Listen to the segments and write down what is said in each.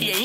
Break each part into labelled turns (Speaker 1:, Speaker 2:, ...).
Speaker 1: 人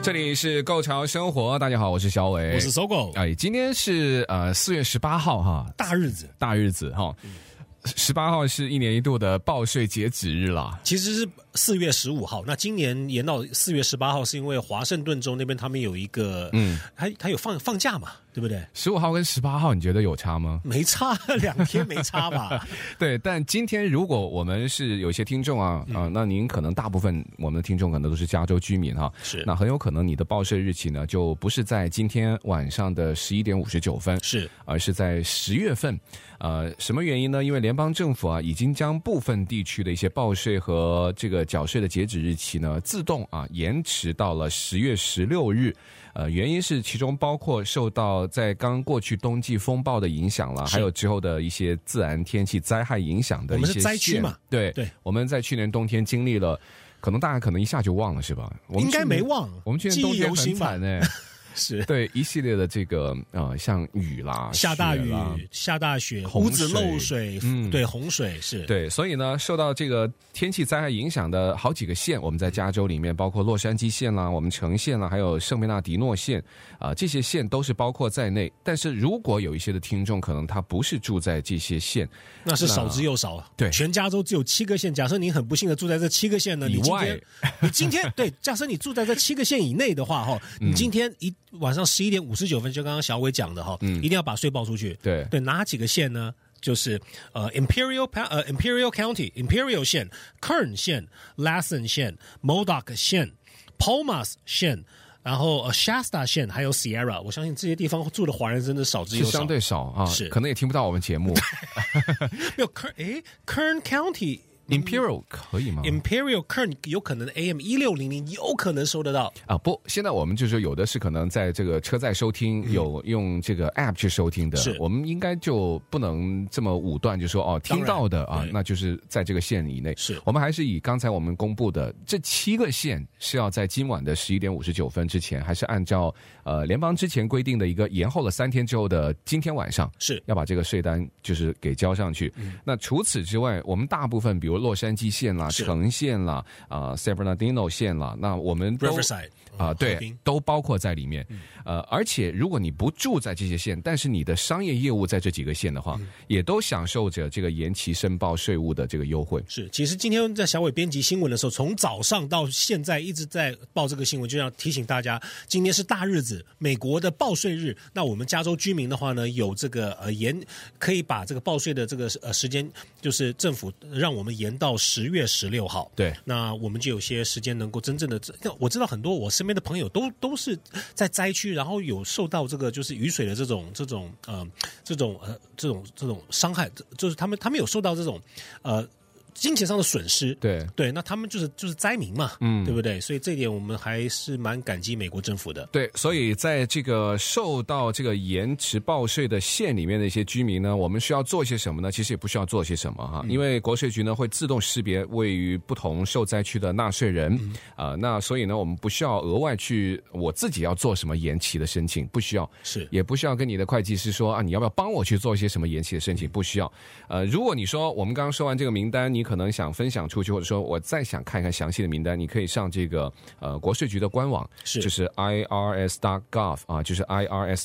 Speaker 2: 这里是《购潮生活》，大家好，我是小伟，
Speaker 3: 我是搜狗，
Speaker 2: 哎，今天是呃四月十八号哈，
Speaker 3: 大日子。
Speaker 2: 大日子哈，十八号是一年一度的报税截止日啦。
Speaker 3: 其实是四月十五号，那今年延到四月十八号，是因为华盛顿州那边他们有一个，嗯，还还有放放假嘛，对不对？
Speaker 2: 十五号跟十八号，你觉得有差吗？
Speaker 3: 没差两天，没 差吧？
Speaker 2: 对，但今天如果我们是有些听众
Speaker 3: 嗯
Speaker 2: 啊啊、那您可能大部分我们的听众可能都是加州居民哈、
Speaker 3: 是
Speaker 2: 那很有可能你的报税日期呢，就不是在今天晚上的十一点五十九分，
Speaker 3: 是
Speaker 2: 而是在十月份。呃，什么原因呢？因为联邦政府啊，已经将部分地区的一些报税和这个缴税的截止日期呢，自动啊延迟到了十月十六日。呃，原因是其中包括受到在刚过去冬季风暴的影响了，还有之后的一些自然天气灾害影响的
Speaker 3: 我
Speaker 2: 一
Speaker 3: 们
Speaker 2: 些
Speaker 3: 是灾区
Speaker 2: 县
Speaker 3: 嘛
Speaker 2: 对
Speaker 3: 对，
Speaker 2: 我们在去年冬天经历了。可能大家可能一下就忘了是吧？我们
Speaker 3: 应该
Speaker 2: 去
Speaker 3: 没
Speaker 2: 年
Speaker 3: 忘
Speaker 2: 我们去年
Speaker 3: 记忆
Speaker 2: 冬天
Speaker 3: 犹
Speaker 2: 很
Speaker 3: 新吧
Speaker 2: 惨哎、
Speaker 3: 是
Speaker 2: 对一系列的这个呃，像雨啦、
Speaker 3: 下大
Speaker 2: 雪
Speaker 3: 雨
Speaker 2: 啦，
Speaker 3: 下大雪，
Speaker 2: 洪
Speaker 3: 屋子漏
Speaker 2: 水
Speaker 3: 水，
Speaker 2: 嗯
Speaker 3: 对，洪水是，
Speaker 2: 对，所以呢，受到这个天气灾害影响的好几个县，我们在加州里面，包括洛杉矶县啦、我们城县啦，还有圣贝纳迪诺县啊、这些县都是包括在内。但是如果有一些的听众，可能他不是住在这些县，
Speaker 3: 那是少之又少。
Speaker 2: 对
Speaker 3: 全加州只有七个县。假设你很不幸的住在这七个县呢，
Speaker 2: 以
Speaker 3: 你今
Speaker 2: 外
Speaker 3: 天，你今天对，假设你住在这七个县以内的话，哈，
Speaker 2: 嗯
Speaker 3: 你今天一晚上十一点五十九分，就刚刚小伟讲的哈，一定要把税报出去。
Speaker 2: 嗯对
Speaker 3: 对，哪几个县呢？就是呃，Imperial Pa- 呃 Imperial County Imperial 县、Kern 县、Lassen 县、Modoc 县、Palmas 县。然后呃，Shasta 县还有 Sierra，我相信这些地方住的华人真的少之
Speaker 2: 是
Speaker 3: 又少
Speaker 2: 相。对少啊，
Speaker 3: 是
Speaker 2: 可能也听不到我们节 目。
Speaker 3: 没有 Kern，诶 k e r n County
Speaker 2: Imperial 可以吗？
Speaker 3: Imperial Kern 有可能 AM 一六零零有可能收得到，
Speaker 2: 啊不，现在我们就是有的是可能在这个车载收听，有用这个 app 去收听的，
Speaker 3: 嗯是
Speaker 2: 我们应该就不能这么武断，就说哦听
Speaker 3: 当然
Speaker 2: 到的啊，
Speaker 3: 对
Speaker 2: 那就是在这个县以内。
Speaker 3: 是
Speaker 2: 我们还是以刚才我们公布的这七个县是要在今晚的十一点五十九分之前，还是按照呃联邦之前规定的一个延后了三天之后的今天晚上
Speaker 3: 是
Speaker 2: 要把这个税单就是给交上去。
Speaker 3: 嗯
Speaker 2: 那除此之外，我们大部分比如洛杉矶县啦、
Speaker 3: 是
Speaker 2: 城县啦、啊、San Bernardino 县啦，那我们都
Speaker 3: Riverside，
Speaker 2: 啊、
Speaker 3: 嗯和
Speaker 2: 对
Speaker 3: 平，
Speaker 2: 都包括在里面。呃，而且如果你不住在这些县，但是你的商业业务在这几个县的话，也都享受着这个延期申报税务的这个优惠。
Speaker 3: 是，其实今天在小伟编辑新闻的时候，从早上到现在一直在报这个新闻，就要提醒大家，今天是大日子，美国的报税日。那我们加州居民的话呢，有这个呃延，可以把这个报税的这个呃时间，就是政府让我们延到十月十六号。
Speaker 2: 对
Speaker 3: 那我们就有些时间能够真正的，呃我知道很多我身边的朋友都都是在灾区，然后有受到这个就是雨水的这种这种呃这种呃这种这种伤害，就是他们他们有受到这种呃金钱上的损失。
Speaker 2: 对
Speaker 3: 对，那他们就是就是灾民嘛，嗯，对不对？所以这一点我们还是蛮感激美国政府的。
Speaker 2: 对，所以在这个受到这个延迟报税的县里面的一些居民呢，我们需要做些什么呢？其实也不需要做些什么哈，因为国税局呢会自动识别位于不同受灾区的纳税人啊、呃那所以呢，我们不需要额外去我自己要做什么延期的申请，不需要。
Speaker 3: 是
Speaker 2: 也不需要跟你的会计师说啊，你要不要帮我去做一些什么延期的申请？不需要。呃，如果你说我们刚刚说完这个名单，你可能想分享出去，或者说我再想看一看详细的名单，你可以上这个呃国税局的官网，
Speaker 3: 是
Speaker 2: 就是 irs.gov 啊，就是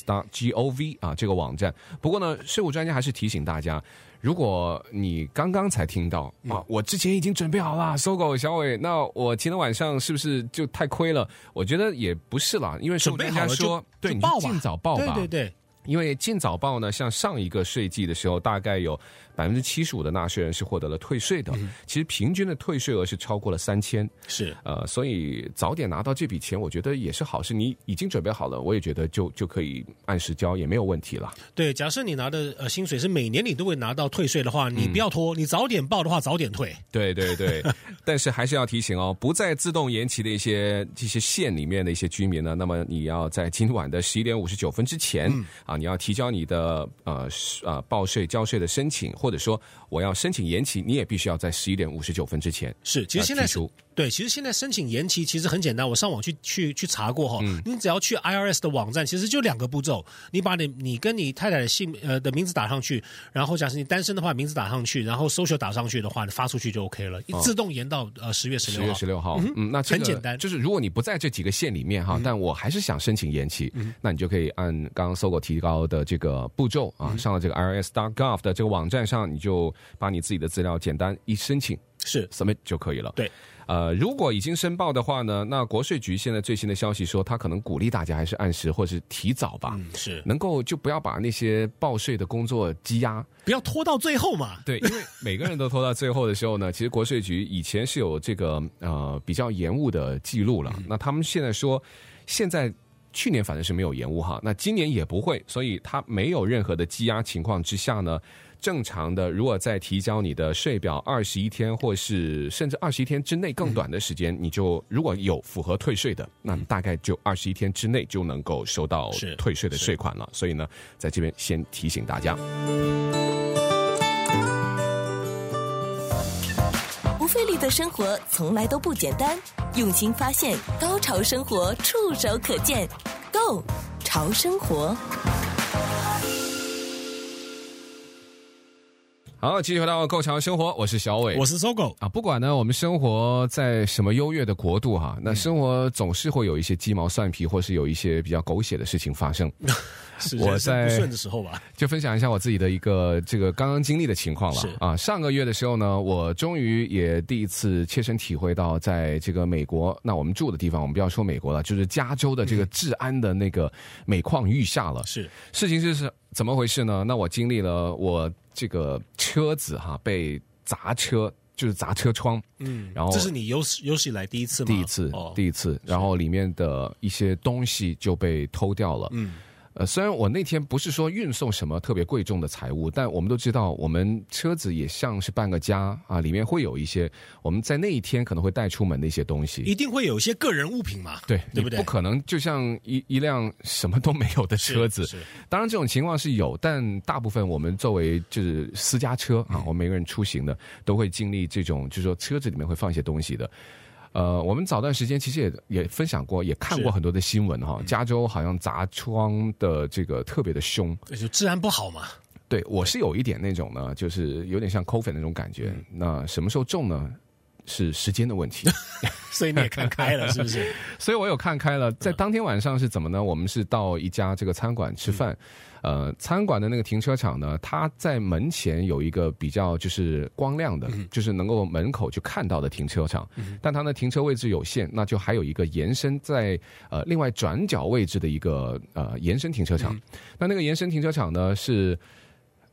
Speaker 2: irs.gov 啊这个网站。不过呢，税务专家还是提醒大家。如果你刚刚才听到啊，
Speaker 3: 嗯
Speaker 2: 我之前已经准备好了，搜狗小伟，那我今天晚上是不是就太亏了？我觉得也不是啦，因为税务
Speaker 3: 准备
Speaker 2: 专
Speaker 3: 好
Speaker 2: 家
Speaker 3: 了就
Speaker 2: 说，对，
Speaker 3: 就
Speaker 2: 你
Speaker 3: 报
Speaker 2: 就
Speaker 3: 吧，
Speaker 2: 尽早报吧，
Speaker 3: 对对对，
Speaker 2: 因为尽早报呢，像上一个税季的时候，大概有百分之七十五的纳税人是获得了退税的。
Speaker 3: 嗯
Speaker 2: 其实平均的退税额是超过了三千，
Speaker 3: 是
Speaker 2: 呃，所以早点拿到这笔钱，我觉得也是好事。你已经准备好了，我也觉得就就可以按时交，也没有问题了。
Speaker 3: 对。假设你拿的呃薪水是每年你都会拿到退税的话，
Speaker 2: 嗯
Speaker 3: 你不要拖，你早点报的话早点退。
Speaker 2: 对对 对，但是还是要提醒哦，不在自动延期的一些这些县里面的一些居民呢，那么你要在今晚的十一点五十九分之前、啊，你要提交你的呃是呃报税交税的申请，或者说我要申请延期，你也必须要在十一点五十九分之前。
Speaker 3: 是，其实
Speaker 2: 呃
Speaker 3: 现在
Speaker 2: 提
Speaker 3: 是
Speaker 2: 出
Speaker 3: 对，其实现在申请延期其实很简单，我上网去去去查过哈、
Speaker 2: 嗯
Speaker 3: 你只要去 IRS 的网站，其实就两个步骤，你把你你跟你太太的姓呃的名字打上去，然后假设你单身的话，名字打上去，然后 social 打上去的话，你发出去就 OK 了，一自动延到呃十月十
Speaker 2: 十
Speaker 3: 六
Speaker 2: 月
Speaker 3: 号。
Speaker 2: 哦十六号，嗯，那这个
Speaker 3: 很简单嗯
Speaker 2: 就是如果你不在这几个县里面哈，但我还是想申请延期，那你就可以按刚刚搜狗提到的这个步骤
Speaker 3: 嗯
Speaker 2: 啊，上了这个 irs.gov 的这个网站上，你就把你自己的资料简单一申请
Speaker 3: 是
Speaker 2: submit 就可以了。
Speaker 3: 对，
Speaker 2: 呃，如果已经申报的话呢，那国税局现在最新的消息说，他可能鼓励大家还是按时或是提早吧，
Speaker 3: 嗯是，
Speaker 2: 能够就不要把那些报税的工作积压。
Speaker 3: 不要拖到最后嘛。
Speaker 2: 对，因为每个人都拖到最后的时候呢，其实国税局以前是有这个呃比较延误的记录了。
Speaker 3: 嗯
Speaker 2: 那他们现在说，现在去年反正是没有延误哈，那今年也不会，所以它没有任何的积压情况之下呢，正常的如果在提交你的税表二十一天或是甚至二十一天之内更短的时
Speaker 3: 嗯
Speaker 2: 间，你就如果有符合退税的，那大概就二十一天之内就能够收到
Speaker 3: 是
Speaker 2: 退税的税款了。所以呢，在这边先提醒大家。
Speaker 1: 不费力的生活从来都不简单，用心发现，高潮生活触手可见 g o 潮生活，
Speaker 2: 好，继续回到《购潮生活》，我是小伟，
Speaker 3: 我是搜狗，
Speaker 2: 啊，不管呢，我们生活在什么优越的国度哈、
Speaker 3: 嗯
Speaker 2: 那生活总是会有一些鸡毛蒜皮，或是有一些比较狗血的事情发生。
Speaker 3: 嗯是
Speaker 2: 我
Speaker 3: 人生
Speaker 2: 在
Speaker 3: 不顺的时候吧。
Speaker 2: 就分享一下我自己的一个这个刚刚经历的情况了
Speaker 3: 是
Speaker 2: 啊。上个月的时候呢，我终于也第一次切身体会到，在这个美国，那我们住的地方，我们不要说美国了，就是加州的这
Speaker 3: 嗯
Speaker 2: 个治安的那个每况愈下了。
Speaker 3: 是
Speaker 2: 事情是是怎么回事呢？那我经历了我这个车子哈、被砸车，就是砸车窗，嗯，然后
Speaker 3: 这是你有史有史以来第一次吗？
Speaker 2: 第一次，
Speaker 3: 哦，
Speaker 2: 第一次，然后里面的一些东西就被偷掉了。
Speaker 3: 嗯，
Speaker 2: 呃，虽然我那天不是说运送什么特别贵重的财物，但我们都知道，我们车子也像是半个家啊，里面会有一些我们在那一天可能会带出门的一些东西。
Speaker 3: 一定会有一些个人物品嘛。
Speaker 2: 对，
Speaker 3: 对
Speaker 2: 你
Speaker 3: 不
Speaker 2: 不
Speaker 3: 对？
Speaker 2: 可能就像一一辆什么都没有的车子，
Speaker 3: 是是
Speaker 2: 当然，这种情况是有，但大部分我们作为就是私家车啊，我们每个人出行的都会经历这种，就是说车子里面会放一些东西的。呃，我们早段时间其实也也分享过，也看过
Speaker 3: 是
Speaker 2: 很多的新闻哈。加州好像砸窗的这个特别的凶，
Speaker 3: 对就治安不好嘛。
Speaker 2: 对我是有一点那种呢，就是有点像 COVID 那种感觉。那什么时候中呢？是时间的问题。
Speaker 3: 所以你也看开了，是不 是？
Speaker 2: 所以我有看开了，在当天晚上是怎么呢？我们是到一家这个餐馆吃饭，呃，餐馆的那个停车场呢，它在门前有一个比较就是光亮
Speaker 3: 嗯
Speaker 2: 的，就是能够门口去看到的停车场，但它呢停车位置有限，那就还有一个延伸在呃另外转角位置的一个呃延伸停车
Speaker 3: 嗯
Speaker 2: 场。那那个延伸停车场呢是。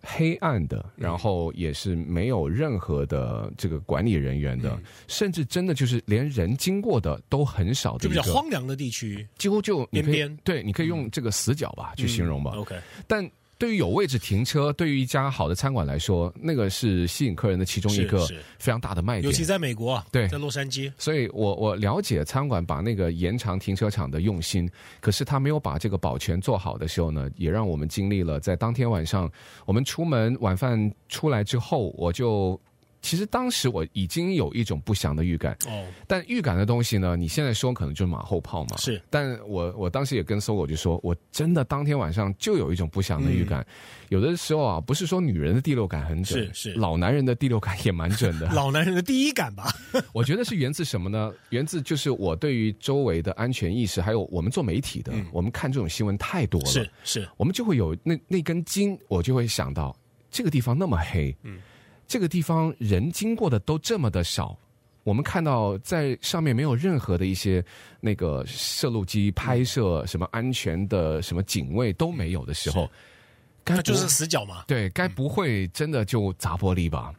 Speaker 2: 黑暗的，然后也是没有任何的这个管理人员的，
Speaker 3: 嗯
Speaker 2: 甚至真的就是连人经过的都很少的
Speaker 3: 就
Speaker 2: 一
Speaker 3: 比
Speaker 2: 个，
Speaker 3: 较荒凉的地区。
Speaker 2: 几乎就你可以
Speaker 3: 边嗯边
Speaker 2: 对，你可以用这个死角吧、去形容吧。
Speaker 3: OK，
Speaker 2: 但对于有位置停车，对于一家好的餐馆来说，那个是吸引客人的其中一个
Speaker 3: 是是
Speaker 2: 非常大的卖点。
Speaker 3: 尤其在美国啊，
Speaker 2: 哎对
Speaker 3: 在洛杉矶，
Speaker 2: 所以我我了解餐馆把那个延长停车场的用心，可是他没有把这个保全做好的时候呢，也让我们经历了在当天晚上我们出门晚饭出来之后，我就其实当时我已经有一种不祥的预感，
Speaker 3: 哦，
Speaker 2: 但预感的东西呢，你现在说可能就是马后炮嘛。
Speaker 3: 是，
Speaker 2: 但我我当时也跟搜狗就说，我真的当天晚上就有一种不祥的预
Speaker 3: 嗯
Speaker 2: 感。有的时候啊，不是说女人的第六感很准，
Speaker 3: 是是
Speaker 2: 老男人的第六感也蛮准的。
Speaker 3: 老男人的第一感吧。
Speaker 2: 我觉得是源自什么呢？源自就是我对于周围的安全意识，还有我们做媒体的，我们看这种新闻太 多了，
Speaker 3: 嗯是是，
Speaker 2: 我们就会有那那根筋，我就会想到这个地方那么黑，嗯，这个地方人经过的都这么的少，我们看到在上面没有任何的一些
Speaker 3: 嗯
Speaker 2: 那个摄录机拍摄什么安全的什么警卫都没有的时候，该
Speaker 3: 那
Speaker 2: 不
Speaker 3: 就是死角嘛。
Speaker 2: 对，该不会真的就砸玻璃吧？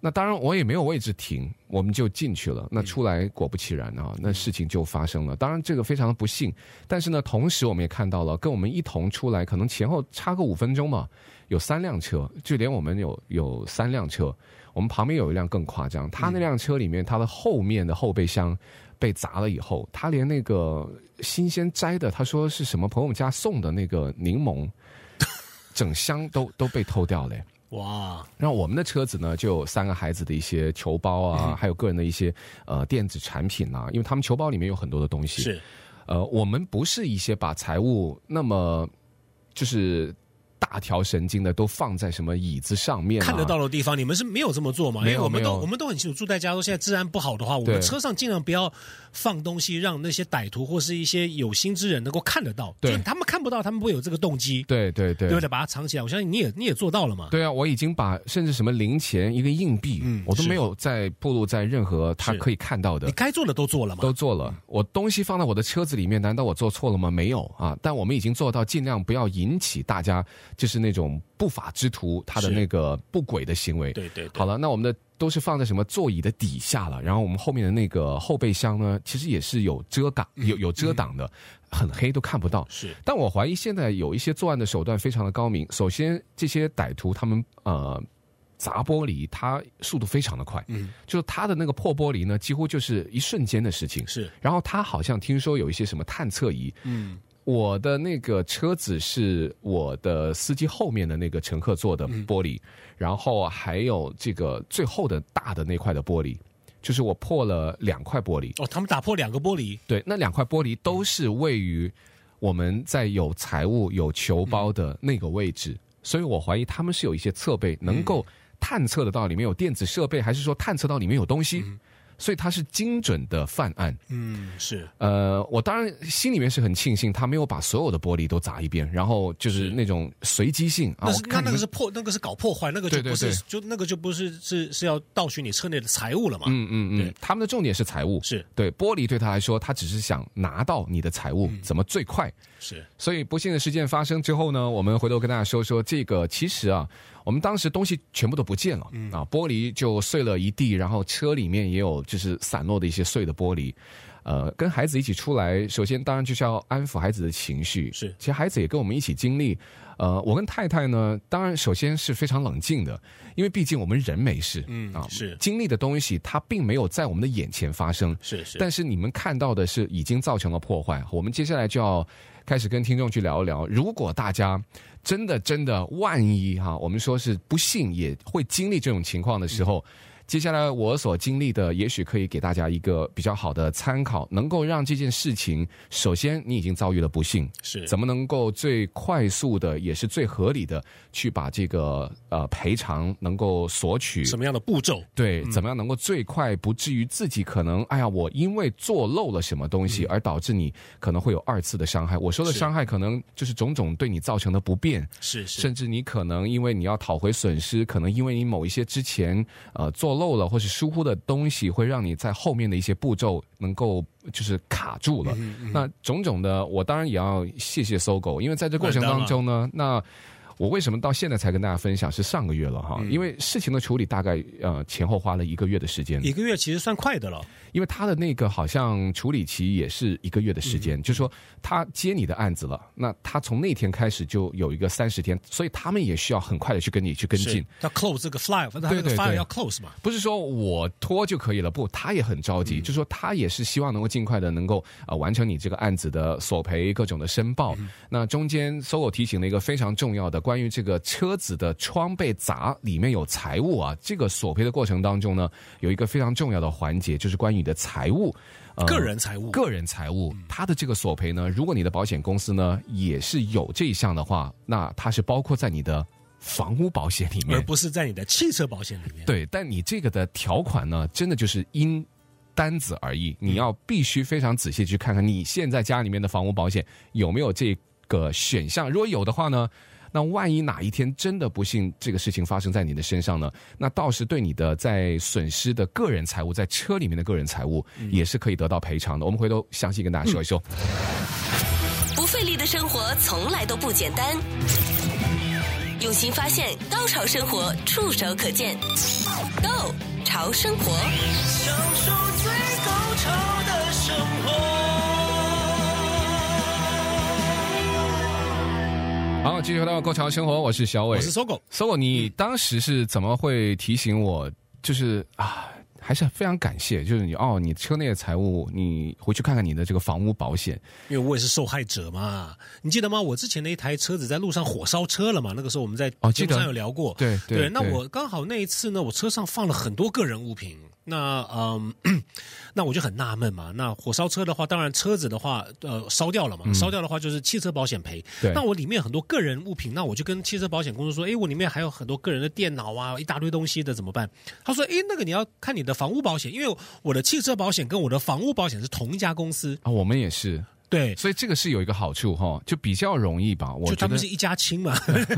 Speaker 2: 那当然，我也没有位置停，我们就进去了。那出来，果不其然啊，那事情就发生了。当然，这个非常的不幸，但是呢，同时我们也看到了，跟我们一同出来，可能前后差个五分钟嘛，有三辆车，就连我们有有三辆车，我们旁边有一辆更夸张，他那辆车里面，他的后面的后备箱被砸了以后，他连那个新鲜摘的，他说是什么朋友家送的那个柠檬，整箱都都被偷掉了。
Speaker 3: 哇，
Speaker 2: 然后我们的车子呢，就有三个孩子的一些球包
Speaker 3: 嗯
Speaker 2: 啊，还有个人的一些呃电子产品啊，因为他们球包里面有很多的东西。
Speaker 3: 是
Speaker 2: 呃，我们不是一些把财务那么就是大条神经的都放在什么椅子上面、啊，
Speaker 3: 看得到的地方，你们是没有这么做嘛？因
Speaker 2: 没有
Speaker 3: 为我们
Speaker 2: 没
Speaker 3: 都
Speaker 2: 有
Speaker 3: 我们都很清楚，住在加州现在治安不好的话，我们
Speaker 2: 对
Speaker 3: 车上尽量不要放东西，让那些歹徒或是一些有心之人能够看得到。
Speaker 2: 对
Speaker 3: 就是他们看不到，他们不会有这个动机，
Speaker 2: 对对对
Speaker 3: 对不对？把它藏起来，我相信你也你也做到了嘛。
Speaker 2: 对啊，我已经把甚至什么零钱、一个硬币，
Speaker 3: 嗯
Speaker 2: 我都
Speaker 3: 是
Speaker 2: 没有在暴露在任何他
Speaker 3: 是
Speaker 2: 可以看到的
Speaker 3: 你。该做的都做了嘛嗯
Speaker 2: 都。做了，我东西放在我的车子里面，难道我做错了吗？没有啊，但我们已经做到尽量不要引起大家就是那种不法之徒他的
Speaker 3: 是
Speaker 2: 那个不轨的行为。
Speaker 3: 对对对，
Speaker 2: 好了，那我们的都是放在什么座椅的底下了，然后我们后面的那个后备箱呢，其实也是有遮挡，有有遮挡的，很黑都看不到。
Speaker 3: 是
Speaker 2: 但我怀疑现在有一些作案的手段非常的高明。首先，这些歹徒他们呃砸玻璃，它速度非常的快，嗯，就是它的那个破玻璃呢，几乎就是一瞬间的事情。
Speaker 3: 是
Speaker 2: 然后他好像听说有一些什么探测仪，
Speaker 3: 嗯，
Speaker 2: 我的那个车子是我的司机后面的那个乘客座的玻璃，然后还有这个最后的大的那块的玻璃，就是我破了两块玻璃。
Speaker 3: 哦，他们打破两个玻璃，
Speaker 2: 对，那两块玻璃都是位于我们在有财务、有
Speaker 3: 嗯
Speaker 2: 球包的那个位置，所以我怀疑他们是有一些设备
Speaker 3: 嗯
Speaker 2: 能够探测得到里面有电子设备，还是说探测到里面有东西，所以它是精准的犯案。
Speaker 3: 嗯，是
Speaker 2: 呃，我当然心里面是很庆幸他没有把所有的玻璃都砸一遍，然后就是那种随机性啊，
Speaker 3: 那
Speaker 2: 我
Speaker 3: 是那
Speaker 2: 看
Speaker 3: 那
Speaker 2: 你
Speaker 3: 个
Speaker 2: 们
Speaker 3: 是破，那个是搞破坏，那个就
Speaker 2: 对对
Speaker 3: 不是就那个就不是是是要盗取你车内的财物了嘛？
Speaker 2: 嗯嗯嗯
Speaker 3: 对，
Speaker 2: 他们的重点是财务，
Speaker 3: 是
Speaker 2: 对玻璃对他来说，他只是想拿到你的财物，
Speaker 3: 嗯
Speaker 2: 怎么最快。
Speaker 3: 是
Speaker 2: 所以不幸的事件发生之后呢，我们回头跟大家说说这个。其实啊，我们当时东西全部都不见了、
Speaker 3: 嗯
Speaker 2: 啊，玻璃就碎了一地，然后车里面也有就是散落的一些碎的玻璃。呃，跟孩子一起出来，首先当然就是要安抚孩子的情绪。
Speaker 3: 是
Speaker 2: 其实孩子也跟我们一起经历。呃，我跟太太呢，当然首先是非常冷静的，因为毕竟我们人没事，
Speaker 3: 嗯
Speaker 2: 啊，
Speaker 3: 是
Speaker 2: 经历的东西，它并没有在我们的眼前发生，
Speaker 3: 是是，
Speaker 2: 但是你们看到的是已经造成了破坏。我们接下来就要开始跟听众去聊一聊，如果大家真的真的万一哈、我们说是不幸也会经历这种情况的时候。嗯接下来我所经历的，也许可以给大家一个比较好的参考，能够让这件事情，首先你已经遭遇了不幸，
Speaker 3: 是
Speaker 2: 怎么能够最快速的，也是最合理的去把这个呃赔偿能够索取，
Speaker 3: 什么样的步骤？
Speaker 2: 对，怎么样能够最快不至于自己可能，哎呀，我因为做漏了什么东西而导致你可能会有二次的伤害。我说的
Speaker 3: 是
Speaker 2: 伤害可能就是种种对你造成的不便，
Speaker 3: 是是
Speaker 2: 甚至你可能因为你要讨回损失，可能因为你某一些之前呃做漏了或是疏忽的东西，会让你在后面的一些步骤能够就是卡住了。
Speaker 3: 嗯
Speaker 2: 那种种的，我当然也要谢谢搜狗，因为在这过程当中呢，那。我为什么到现在才跟大家分享是上个月了
Speaker 3: 嗯
Speaker 2: 哈？因为事情的处理大概呃前后花了一个月的时间，
Speaker 3: 一个月其实算快的了，
Speaker 2: 因为他的那个好像处理期也是一个月的时
Speaker 3: 嗯
Speaker 2: 间，就是说他接你的案子了，那他从那天开始就有一个三十天，所以他们也需要很快的去跟你去跟进
Speaker 3: 是。要 close 这个 file，反正它
Speaker 2: 对
Speaker 3: 这个
Speaker 2: 对
Speaker 3: file
Speaker 2: 对
Speaker 3: 要 close 嘛。
Speaker 2: 不是说我拖就可以了，不，他也很着
Speaker 3: 嗯
Speaker 2: 急，就说他也是希望能够尽快的能够呃完成你这个案子的索赔各种的申报。
Speaker 3: 嗯
Speaker 2: 那中间搜狗提醒了一个非常重要的关于这个车子的窗被砸里面有财物啊，这个索赔的过程当中呢，有一个非常重要的环节就是关于你的财务。呃
Speaker 3: 个人财务
Speaker 2: 个人财务，
Speaker 3: 嗯
Speaker 2: 它的这个索赔呢，如果你的保险公司呢也是有这一项的话，那它是包括在你的房屋保险里
Speaker 3: 而
Speaker 2: 面。
Speaker 3: 不是在你的汽车保险里面。
Speaker 2: 对，但你这个的条款呢，真的就是因单子而异，
Speaker 3: 嗯
Speaker 2: 你要必须非常仔细去看看你现在家里面的房屋保险有没有这个选项，如果有的话呢。那万一哪一天真的不幸这个事情发生在你的身上呢？那倒是对你的在损失的个人财务，在车里面的个人财务
Speaker 3: 嗯
Speaker 2: 也是可以得到赔偿的。我们回头详细跟大家说一说。
Speaker 1: 不费力的生活从来都不简单。用心发现，高潮生活触手可见 Go 潮生活，
Speaker 4: 享受最高潮的生活。
Speaker 2: 好，继续回到购潮生活，我是小伟，
Speaker 3: 我是搜狗。
Speaker 2: 搜狗，你当时是怎么会提醒我？就是啊，还是非常感谢，就是你哦，你车内的财务，你回去看看你的这个房屋保险。
Speaker 3: 因为我也是受害者嘛，你记得吗？我之前的一台车子在路上火烧车了嘛，那个时候我们在
Speaker 2: 哦记
Speaker 3: 节
Speaker 2: 得
Speaker 3: 目上有聊过。
Speaker 2: 对对
Speaker 3: 对那
Speaker 2: 对
Speaker 3: 我刚好那一次呢，我车上放了很多个人物品。那嗯， 那我就很纳闷嘛。那火烧车的话，当然车子的话，呃，烧掉了嘛，烧掉的话就是汽车保险赔。
Speaker 2: 嗯对
Speaker 3: 那我里面很多个人物品，那我就跟汽车保险公司说，诶，我里面还有很多个人的电脑啊，一大堆东西的，怎么办？他说，诶，那个你要看你的房屋保险，因为我的汽车保险跟我的房屋保险是同一家公司。
Speaker 2: 啊，我们也是，
Speaker 3: 对，
Speaker 2: 所以这个是有一个好处哈、就比较容易吧。我
Speaker 3: 就
Speaker 2: 觉
Speaker 3: 他
Speaker 2: 得
Speaker 3: 们是一家亲嘛，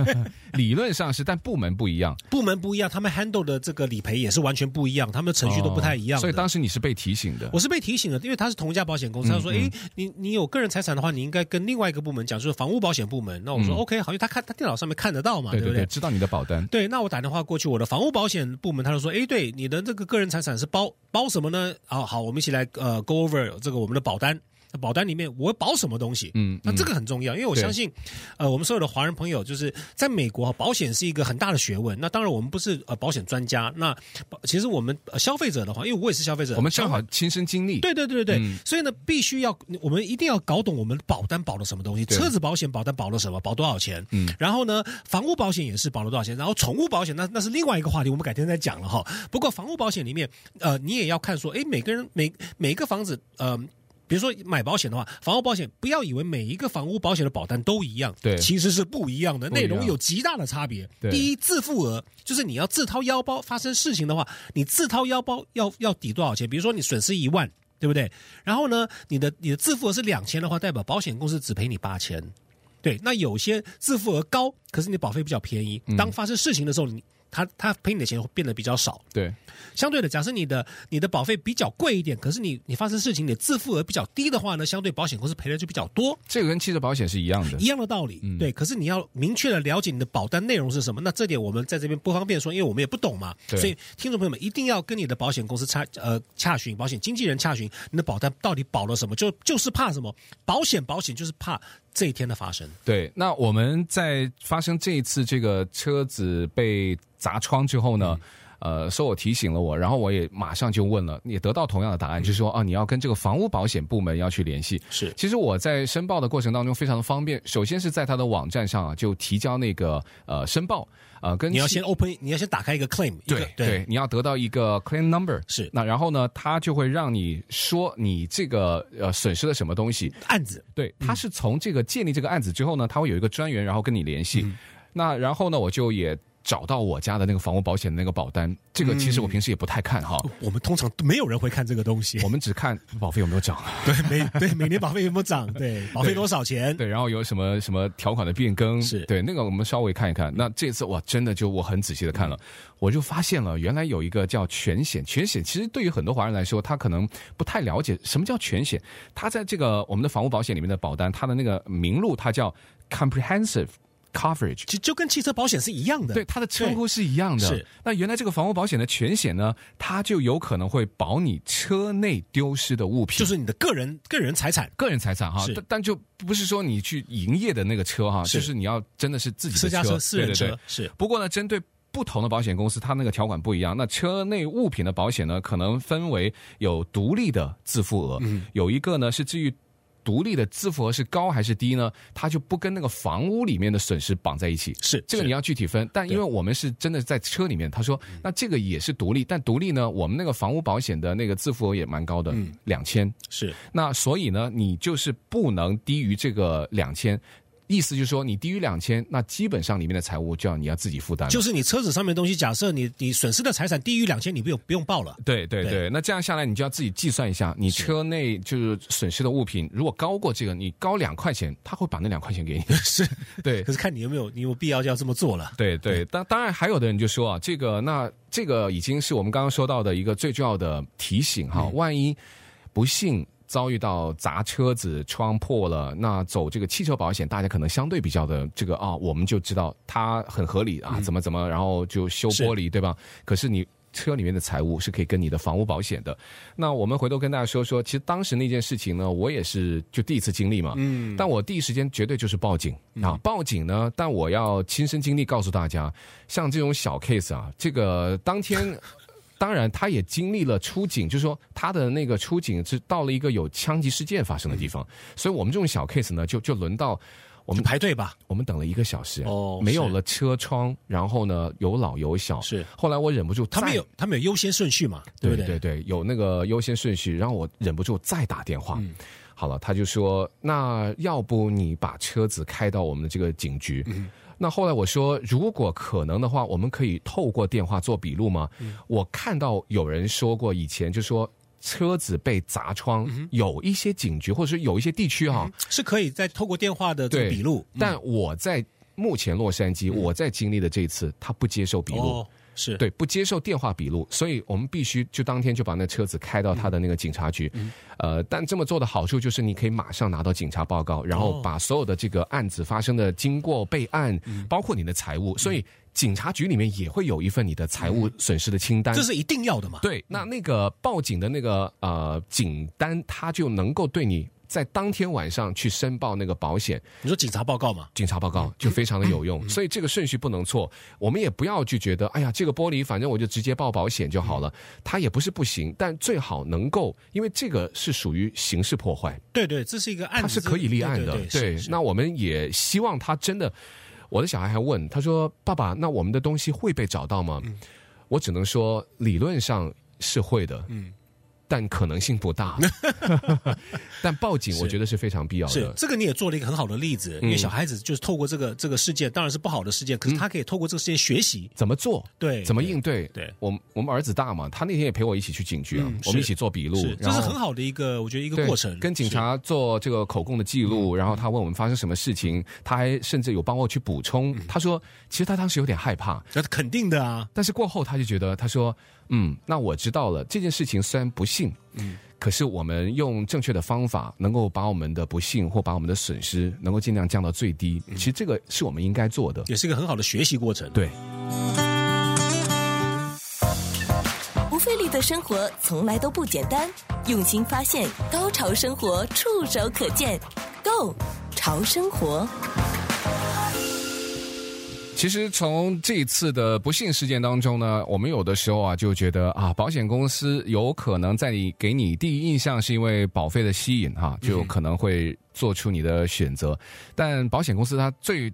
Speaker 2: 理论上是，但部门不一样，
Speaker 3: 部门不一样，他们 handle 的这个理赔也是完全不一样，他们的程序都不太一样的、
Speaker 2: 哦所以当时你是被提醒的。
Speaker 3: 我是被提醒了，因为他是同一家保险公司，他
Speaker 2: 嗯
Speaker 3: 说：“诶，你你有个人财产的话，你应该跟另外一个部门讲，就是房屋保险部门。”那我说、
Speaker 2: 嗯
Speaker 3: o k 好，因为他看他电脑上面看得到嘛，
Speaker 2: 对
Speaker 3: 不
Speaker 2: 对，知道你的保单。
Speaker 3: 对，那我打电话过去，我的房屋保险部门，他就说，诶，对，你的这个个人财产是包包什么呢？啊，好，我们一起来呃 go over 这个我们的保单。那保单里面我保什么东西？
Speaker 2: 嗯
Speaker 3: 那
Speaker 2: 嗯
Speaker 3: 这个很重要，因为我
Speaker 2: 对
Speaker 3: 相信，呃，我们所有的华人朋友，就是在美国，啊保险是一个很大的学问。那当然，我们不是呃保险专家，那保其实我们、呃消费者的话，因为我也是消费者，
Speaker 2: 我们正好亲身经历。
Speaker 3: 对对对对对，
Speaker 2: 嗯
Speaker 3: 所以呢，必须要我们一定要搞懂我们保单保了什么东西，
Speaker 2: 对
Speaker 3: 车子保险保单保了什么，保多少钱，嗯，然后呢，房屋保险也是保了多少钱，然后宠物保险那那是另外一个话题，我们改天再讲了哈。不过房屋保险里面，呃，你也要看说，诶，每个人每每个房子，呃。比如说买保险的话，房屋保险不要以为每一个房屋保险的保单都一样，
Speaker 2: 对
Speaker 3: 其实是不一样的，
Speaker 2: 不一
Speaker 3: 内
Speaker 2: 样
Speaker 3: 容有极大的差别。
Speaker 2: 对
Speaker 3: 第一，自付额就是你要自掏腰包，发生事情的话，你自掏腰包要要抵多少钱？比如说你损失一万，对不对？然后呢，你的你的自付额是两千的话，代表保险公司只赔你八千。对，那有些自付额高，可是你保费比较便宜。当发生事情的时候，你他他赔你的钱会变得比较少。
Speaker 2: 对
Speaker 3: 相对的，假设你的你的保费比较贵一点，可是你你发生事情，你的自付额比较低的话呢，相对保险公司赔的就比较多。
Speaker 2: 这个跟汽车保险是一样的。
Speaker 3: 一样的道理，
Speaker 2: 嗯
Speaker 3: 对。可是你要明确的了解你的保单内容是什么，那这点我们在这边不方便说，因为我们也不懂嘛。
Speaker 2: 对
Speaker 3: 所以听众朋友们一定要跟你的保险公司洽呃洽询，保险经纪人洽询你的保单到底保了什么，就就是怕什么保险保险就是怕这一天的发生。
Speaker 2: 对，那我们在发生这一次这个车子被砸窗之后
Speaker 3: 嗯
Speaker 2: 呢，呃，说我提醒了我，然后我也马上就问了，也得到同样的答案，就是说啊，你要跟这个房屋保险部门要去联系。
Speaker 3: 嗯是
Speaker 2: 其实我在申报的过程当中非常的方便，首先是在他的网站上啊就提交那个呃申报，呃，跟
Speaker 3: 你要
Speaker 2: 汽
Speaker 3: 先 open，你要先打开一个 claim，一个
Speaker 2: 对你要得到一个 claim number
Speaker 3: 是
Speaker 2: 那然后呢，他就会让你说你这个呃损失了什么东西，
Speaker 3: 案子
Speaker 2: 对，他是从这个建立这个案子之后呢，他会有一个专员，然后跟你联系。那然后呢，我就也找到我家的那个房屋保险的那个保单，这个其实我平时也不太看哈，
Speaker 3: 我们通常没有人会看这个东西
Speaker 2: 我，们 只看哦保费有没有涨，啊
Speaker 3: 对每对每年保费有没有涨，对保费多少钱，
Speaker 2: 对，然后有什么什么条款的变更，
Speaker 3: 是
Speaker 2: 对那个我们稍微看一看。那这次哇，真的就我很仔细的看了，我就发现了原来有一个叫全险，全险其实对于很多华人来说，他可能不太了解什么叫全险。它在这个我们的房屋保险里面的保单，它的那个名录它叫 comprehensive coverage。
Speaker 3: 就就跟汽车保险是一样的。
Speaker 2: 对，它的称呼是一样的。
Speaker 3: 对是
Speaker 2: 那原来这个房屋保险的全险呢，它就有可能会保你车内丢失的物品，
Speaker 3: 就是你的个人个人财产。
Speaker 2: 个人财产哈。
Speaker 3: 是
Speaker 2: 但但就不是说你去营业的那个车哈，
Speaker 3: 是
Speaker 2: 就是你要真的是自己的
Speaker 3: 私家车、私人车
Speaker 2: 对对对
Speaker 3: 是
Speaker 2: 不过呢，针对不同的保险公司，它那个条款不一样。那车内物品的保险呢，可能分为有独立的自付额，
Speaker 3: 嗯
Speaker 2: 有一个呢是至于。独立的自付额是高还是低呢？它就不跟那个房屋里面的损失绑在一起。
Speaker 3: 是
Speaker 2: 这个
Speaker 3: 是嗯
Speaker 2: 你要具体分，但因为我们是真的在车里面，他说那这个也是独立，但独立呢，我们那个房屋保险的那个自付额也蛮高的，
Speaker 3: 嗯
Speaker 2: 两千。
Speaker 3: 是
Speaker 2: 那所以呢，你就是不能低于这个两千，意思就是说你低于两千，那基本上里面的财务就要你要自己负担了。
Speaker 3: 就是你车子上面的东西，假设你你损失的财产低于两千，你不用不用报了。
Speaker 2: 对对
Speaker 3: 对
Speaker 2: 对，那这样下来，你就要自己计算一下，你车内就是损失的物品，如果高过这个，你高两块钱，他会把那两块钱给你。
Speaker 3: 是，
Speaker 2: 对
Speaker 3: 可是看你有没有你有没有必要要这么做了。
Speaker 2: 对对，当当然还有的人就说啊，这个那这个已经是我们刚刚说到的一个最重要的提醒哈，万一不幸遭遇到砸车子、窗破了，那走这个汽车保险，大家可能相对比较的这个啊、我们就知道它很合理啊，怎么怎么，然后就修玻璃，对吧？可是你。车里面的财务是可以跟你的房屋保险的。那我们回头跟大家说说，其实当时那件事情呢，我也是就第一次经历嘛。嗯。但我第一时间绝对就是报警
Speaker 3: 嗯
Speaker 2: 啊！报警呢，但我要亲身经历告诉大家，像这种小 case 啊，这个当天 当然，他也经历了出警，就是说他的那个出警是到了一个有枪击事件发生的地方，
Speaker 3: 嗯
Speaker 2: 所以我们这种小 case 呢，就就轮到我
Speaker 3: 你
Speaker 2: 们
Speaker 3: 排队吧，
Speaker 2: 我们等了一个小时，
Speaker 3: 哦
Speaker 2: 没有
Speaker 3: 是
Speaker 2: 了车窗，然后呢有老有小，
Speaker 3: 是
Speaker 2: 后来我忍不住
Speaker 3: 他
Speaker 2: 再
Speaker 3: 们有他们有优先顺序嘛，对
Speaker 2: 对
Speaker 3: 不
Speaker 2: 对对有那个优先顺序，然后我忍不住再打电话。
Speaker 3: 嗯
Speaker 2: 好了，他就说：“那要不你把车子开到我们的这个警局？”
Speaker 3: 嗯
Speaker 2: 那后来我说：“如果可能的话，我们可以透过电话做笔录吗？”
Speaker 3: 嗯
Speaker 2: 我看到有人说过，以前就说车子被砸
Speaker 3: 嗯
Speaker 2: 窗，有一些警局或者是有一些地区哈、啊
Speaker 3: 是可以再透过电话的这
Speaker 2: 对
Speaker 3: 嗯个笔录，嗯
Speaker 2: 但我在目前洛杉矶，我在经历的这一次，他不接受笔录。
Speaker 3: 哦，是
Speaker 2: 对，不接受电话笔录，所以我们必须就当天就把那车子开到他的那个警察局。
Speaker 3: 嗯
Speaker 2: 呃，但这么做的好处就是你可以马上拿到警察报告，然后
Speaker 3: 哦
Speaker 2: 把所有的这个案子发生的经过、备案，
Speaker 3: 嗯
Speaker 2: 包括你的财务，所以警察局里面也会有一份你的财务损失的清单
Speaker 3: 嗯这。是一定要的嘛，
Speaker 2: 对，那那个报警的那个呃警单，他就能够对你在当天晚上去申报那个保险。
Speaker 3: 你说警察报告嘛，
Speaker 2: 警察报
Speaker 3: 嗯
Speaker 2: 告就非常的有用，所以这个顺序不能错。我们也不要去觉得，哎呀，这个玻璃反正我就直接报保险就好了，
Speaker 3: 嗯
Speaker 2: 它也不是不行，但最好能够，因为这个是属于刑事破坏，
Speaker 3: 对对，这是一个案
Speaker 2: 它是
Speaker 3: 子，
Speaker 2: 可以立案的
Speaker 3: 对。
Speaker 2: 对
Speaker 3: 对，是，
Speaker 2: 那我们也希望他真的。我的小孩还问他说：“爸爸，那我们的东西会被找到吗？”
Speaker 3: 嗯
Speaker 2: 我只能说，理论上是会的，嗯，但可能性不 大。但报警，我觉得是非常必要
Speaker 3: 是
Speaker 2: 的。嗯
Speaker 3: 这个你也做了一个很好的例子，因为小孩子就是透过这个这个事件，当然是不好的事件，可是他可以透过这个事件学习，
Speaker 2: 怎么做？
Speaker 3: 对，
Speaker 2: 嗯怎么
Speaker 3: 哎对
Speaker 2: 应对？
Speaker 3: 对
Speaker 2: 我们我们儿子大嘛，他那天也陪我一起去警局啊，
Speaker 3: 嗯是
Speaker 2: 我们一起做笔录
Speaker 3: 是，这
Speaker 2: 然
Speaker 3: 是
Speaker 2: 后
Speaker 3: 很好的一个，我觉得一个
Speaker 2: 对
Speaker 3: 过程，
Speaker 2: 嗯
Speaker 3: 嗯
Speaker 2: 跟警察做这个口供的记录，然后他问我们发生什么事情，他还甚至有帮我去补充，
Speaker 3: 嗯
Speaker 2: 他说其实他当时有点害怕，
Speaker 3: 是，那肯定的啊，
Speaker 2: 但是过后他就觉得，他说，嗯，那我知道了，这件事情虽然不幸，嗯，可是我们用正确的方法，能够把我们的不幸或把我们的损失，能够尽量降到最低，
Speaker 3: 嗯
Speaker 2: 其实这个是我们应该做的。
Speaker 3: 也是一个很好的学习过程。
Speaker 2: 对，
Speaker 1: 不费力的生活从来都不简单，用心发现，高潮生活触手可见 g o 潮生活，
Speaker 2: 其实从这一次的不幸事件当中呢，我们有的时候啊就觉得啊，保险公司有可能在你给你第一印象是因为保费的吸引哈、就可能会做出你的选择。但保险公司它最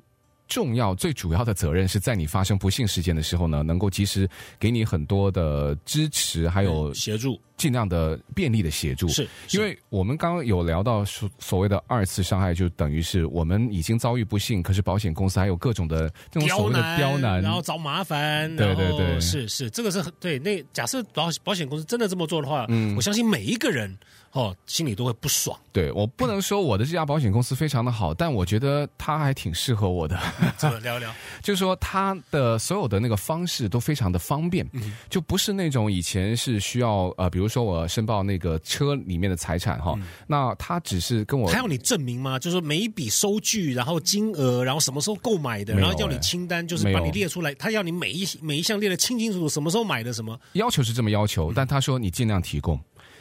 Speaker 2: 重要、最主要的责任是在你发生不幸事件的时候呢，能够及时给你很多的支持，还有
Speaker 3: 嗯协助
Speaker 2: 尽量的便利的协助。
Speaker 3: 是是
Speaker 2: 因为我们刚刚有聊到所所谓的二次伤害，就等于是我们已经遭遇不幸，可是保险公司还有各种的这种所谓的刁难，
Speaker 3: 然后找麻烦，
Speaker 2: 对
Speaker 3: 然后
Speaker 2: 对对
Speaker 3: 是是，这个是很对。那假设保保险公司真的这么做的话，
Speaker 2: 嗯
Speaker 3: 我相信每一个人哦心里都会不 爽。
Speaker 2: 对我不能说我的这家保险公司非常的好，但我觉得它还挺适合我的，
Speaker 3: 这个聊一聊，
Speaker 2: 就是说它的所有的那个方式都非常的方便，就不是那种以前是需要呃，比如说我申报那个车里面的财产哈，那它只是跟我
Speaker 3: 还要你证明吗？就是说每一笔收据，然后金额，然后什么时候购买的，
Speaker 2: 没有
Speaker 3: 然后要你
Speaker 2: 哎
Speaker 3: 清单，就是
Speaker 2: 没
Speaker 3: 把
Speaker 2: 有
Speaker 3: 你列出来，他要你每一每一项列的清清楚楚，什么时候买的什么。
Speaker 2: 要求是这么要
Speaker 3: 嗯
Speaker 2: 求，但他说你尽量提供。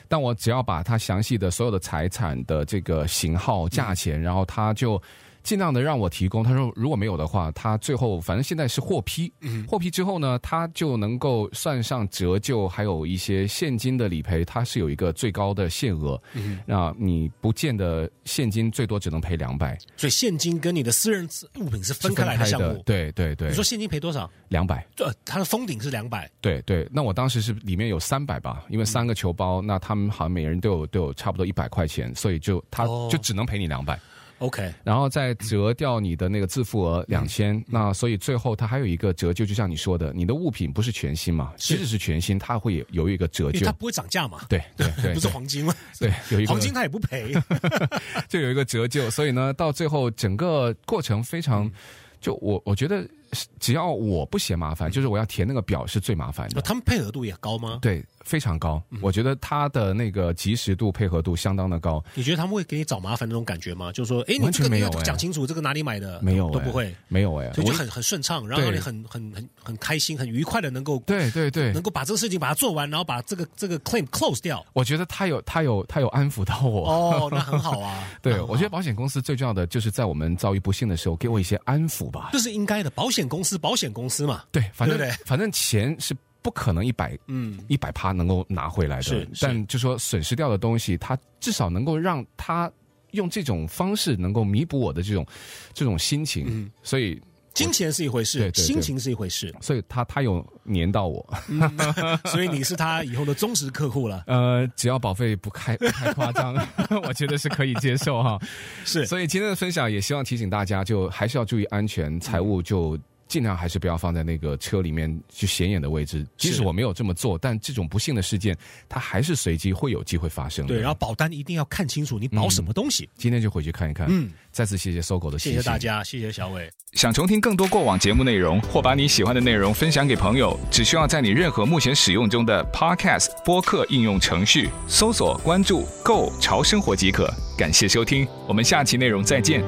Speaker 2: 但我只要把他详细的所有的财产的这个型号、价
Speaker 3: 嗯
Speaker 2: 钱，然后他就尽量的让我提供。他说如果没有的话，他最后反正现在是获批，
Speaker 3: 嗯
Speaker 2: 获批之后呢，他就能够算上折旧，还有一些现金的理赔，它是有一个最高的限额。
Speaker 3: 嗯
Speaker 2: 那你不见得现金最多只能赔两百，
Speaker 3: 所以现金跟你的私人物品是分开来的项目。
Speaker 2: 对对对
Speaker 3: 你，说现金赔多少？
Speaker 2: 两百。
Speaker 3: 这它的封顶是两百，
Speaker 2: 对对，那我当时是里面有三百吧，因为三个球包，那他们好像每人都有都有差不多一百块钱，所以就他
Speaker 3: 哦
Speaker 2: 就只能赔你两百，
Speaker 3: OK，
Speaker 2: 然后再折掉你的那个自付额两
Speaker 3: 嗯
Speaker 2: 千，那所以最后它还有一个折旧，就像你说的，你的物品不是全新嘛，即使是全新，它会有有一个折
Speaker 3: 因为
Speaker 2: 旧
Speaker 3: 它，不会涨价嘛，
Speaker 2: 对对对，
Speaker 3: 不是
Speaker 2: 对
Speaker 3: 黄金吗？
Speaker 2: 对有一个
Speaker 3: 黄金啊它也 不赔，
Speaker 2: 就有一个折旧，所以呢，到最后整个过程非常，就我我觉得只要我不嫌麻烦，
Speaker 3: 嗯
Speaker 2: 就是我要填那个表是最麻烦的。
Speaker 3: 他们配合度也高吗？
Speaker 2: 对，非常高，
Speaker 3: 嗯
Speaker 2: 我觉得它的那个及时度、配合度相当的高。
Speaker 3: 你觉得他们会给你找麻烦那种感觉吗？就是说，哎，你
Speaker 2: 完
Speaker 3: 这
Speaker 2: 全
Speaker 3: 个
Speaker 2: 没有
Speaker 3: 没
Speaker 2: 哎
Speaker 3: 讲清楚，这个哪里买的，
Speaker 2: 没有、
Speaker 3: 啊都
Speaker 2: 哎
Speaker 3: 不会，
Speaker 2: 没有哎、
Speaker 3: 所以
Speaker 2: 我
Speaker 3: 就很很顺畅，然后让
Speaker 2: 对
Speaker 3: 你很很很很开心、很愉快的能够
Speaker 2: 对对对
Speaker 3: 能，够把这个事情把它做完，然后把这个这个 claim close 掉。
Speaker 2: 我觉得他有他有他有安抚到我。，
Speaker 3: 哦，那很好啊
Speaker 2: 对，
Speaker 3: 那很好
Speaker 2: 我觉得保险公司最重要的就是在我们遭遇不幸的时候，给我一些安抚吧。
Speaker 3: 这是应该的。保险公司，保险公司嘛，
Speaker 2: 对，反正
Speaker 3: 嗯对不对
Speaker 2: 反正钱是不可能一百
Speaker 3: 嗯，
Speaker 2: 一百趴能够拿回来的，
Speaker 3: 是是
Speaker 2: 但就说损失掉的东西，它至少能够让他用这种方式能够弥补我的这种这种心情，
Speaker 3: 嗯
Speaker 2: 所以
Speaker 3: 金钱是一回事
Speaker 2: 对，对对，
Speaker 3: 心情是一回事
Speaker 2: 所以他他有黏到我，
Speaker 3: 所以你是他以后的忠实客户了。
Speaker 2: 呃，只要保费不开不太夸 张，我觉得是可以接受哈。
Speaker 3: 是
Speaker 2: 所以今天的分享也希望提醒大家，就还是要注意安全，财务就。尽量还是不要放在那个车里面去显眼的位置。即使
Speaker 3: 是
Speaker 2: 我没有这么做，但这种不幸的事件，它还是随机会有机会发生的。
Speaker 3: 对，然后保单一定要看清楚你保
Speaker 2: 嗯
Speaker 3: 什么东西。
Speaker 2: 今天就回去看一看。
Speaker 3: 嗯，
Speaker 2: 再次谢谢搜狗的提
Speaker 3: 谢
Speaker 2: 醒，
Speaker 3: 谢大。家，谢谢小伟。
Speaker 5: 想重听更多过往节目内容，或把你喜欢的内容分享给朋友，只需要在你任何目前使用中的 Podcast 播客应用程序搜索、关注“购潮生活”即可。感谢收听，我们下期内容再见。